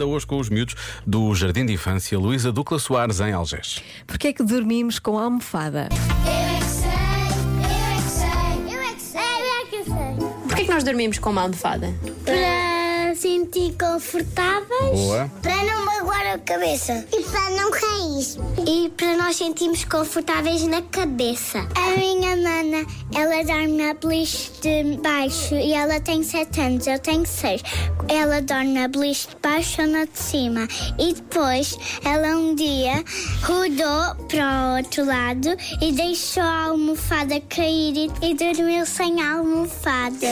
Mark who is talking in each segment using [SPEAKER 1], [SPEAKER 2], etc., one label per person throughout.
[SPEAKER 1] ainda hoje com os miúdos do Jardim de Infância Luísa Ducla Soares, em Algés.
[SPEAKER 2] Porquê é que dormimos com a almofada?
[SPEAKER 3] Eu é que sei, eu é que sei, eu é que sei, eu é que sei.
[SPEAKER 4] Porquê é que nós dormimos com uma almofada?
[SPEAKER 3] Para sentir confortáveis.
[SPEAKER 1] Boa.
[SPEAKER 3] Para não magoar a cabeça. E para não cair. E para nós sentirmos confortáveis na cabeça. A minha mana, ela dorme na beliche de baixo e ela tem 7 anos, eu tenho 6. Ela dorme na beliche de baixo ou na de cima. E depois ela um dia rodou para o outro lado e deixou a almofada cair e, e dormiu sem a almofada.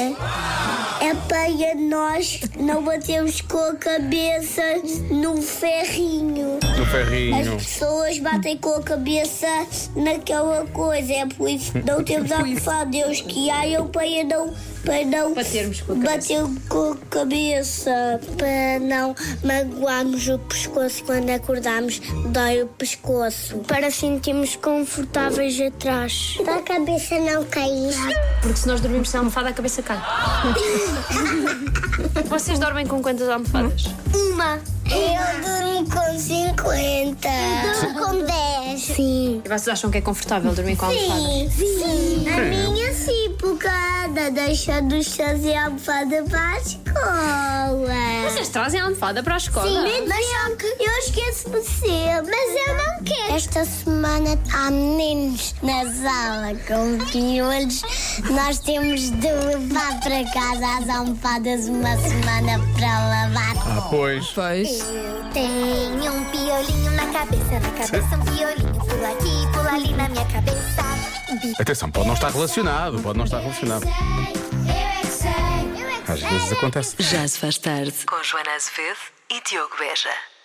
[SPEAKER 3] É para nós não batemos com a cabeça no ferrinho.
[SPEAKER 1] No
[SPEAKER 3] As
[SPEAKER 1] ferrinho.
[SPEAKER 3] pessoas batem com a cabeça naquela coisa, é por isso que não temos a culpar Deus que haiam para não, para não
[SPEAKER 4] Batermos com a
[SPEAKER 3] bater com a cabeça. Para não magoarmos o pescoço quando acordarmos, dói o pescoço. Para sentirmos confortáveis atrás. Para a cabeça não cair.
[SPEAKER 4] Porque se nós dormimos sem almofada, a cabeça cai. Vocês dormem com quantas almofadas?
[SPEAKER 3] Uma. Eu durmo com 50. Durmo com 10. Sim.
[SPEAKER 4] Vocês acham que é confortável dormir com
[SPEAKER 3] Sim,
[SPEAKER 4] almofadas?
[SPEAKER 3] sim. A minha sim, porque anda deixando os chás e a almofada para a escola.
[SPEAKER 4] Vocês trazem a almofada para a escola?
[SPEAKER 3] mas só que eu esqueço-me sempre. Mas eu não quero. Esta semana há meninos na sala com piolhos. Nós temos de levar para casa as almofadas uma semana para lavar.
[SPEAKER 1] Ah, pois.
[SPEAKER 2] Pois.
[SPEAKER 3] Eu tenho um piolinho na cabeça, na cabeça um piolinho. Pula aqui, pula ali na minha cabeça.
[SPEAKER 1] Atenção, pode não estar relacionado, pode É não estar relacionado.
[SPEAKER 3] é
[SPEAKER 1] Às vezes acontece.
[SPEAKER 2] Já se faz tarde.
[SPEAKER 5] Com Joana Azevedo e Diogo Beja.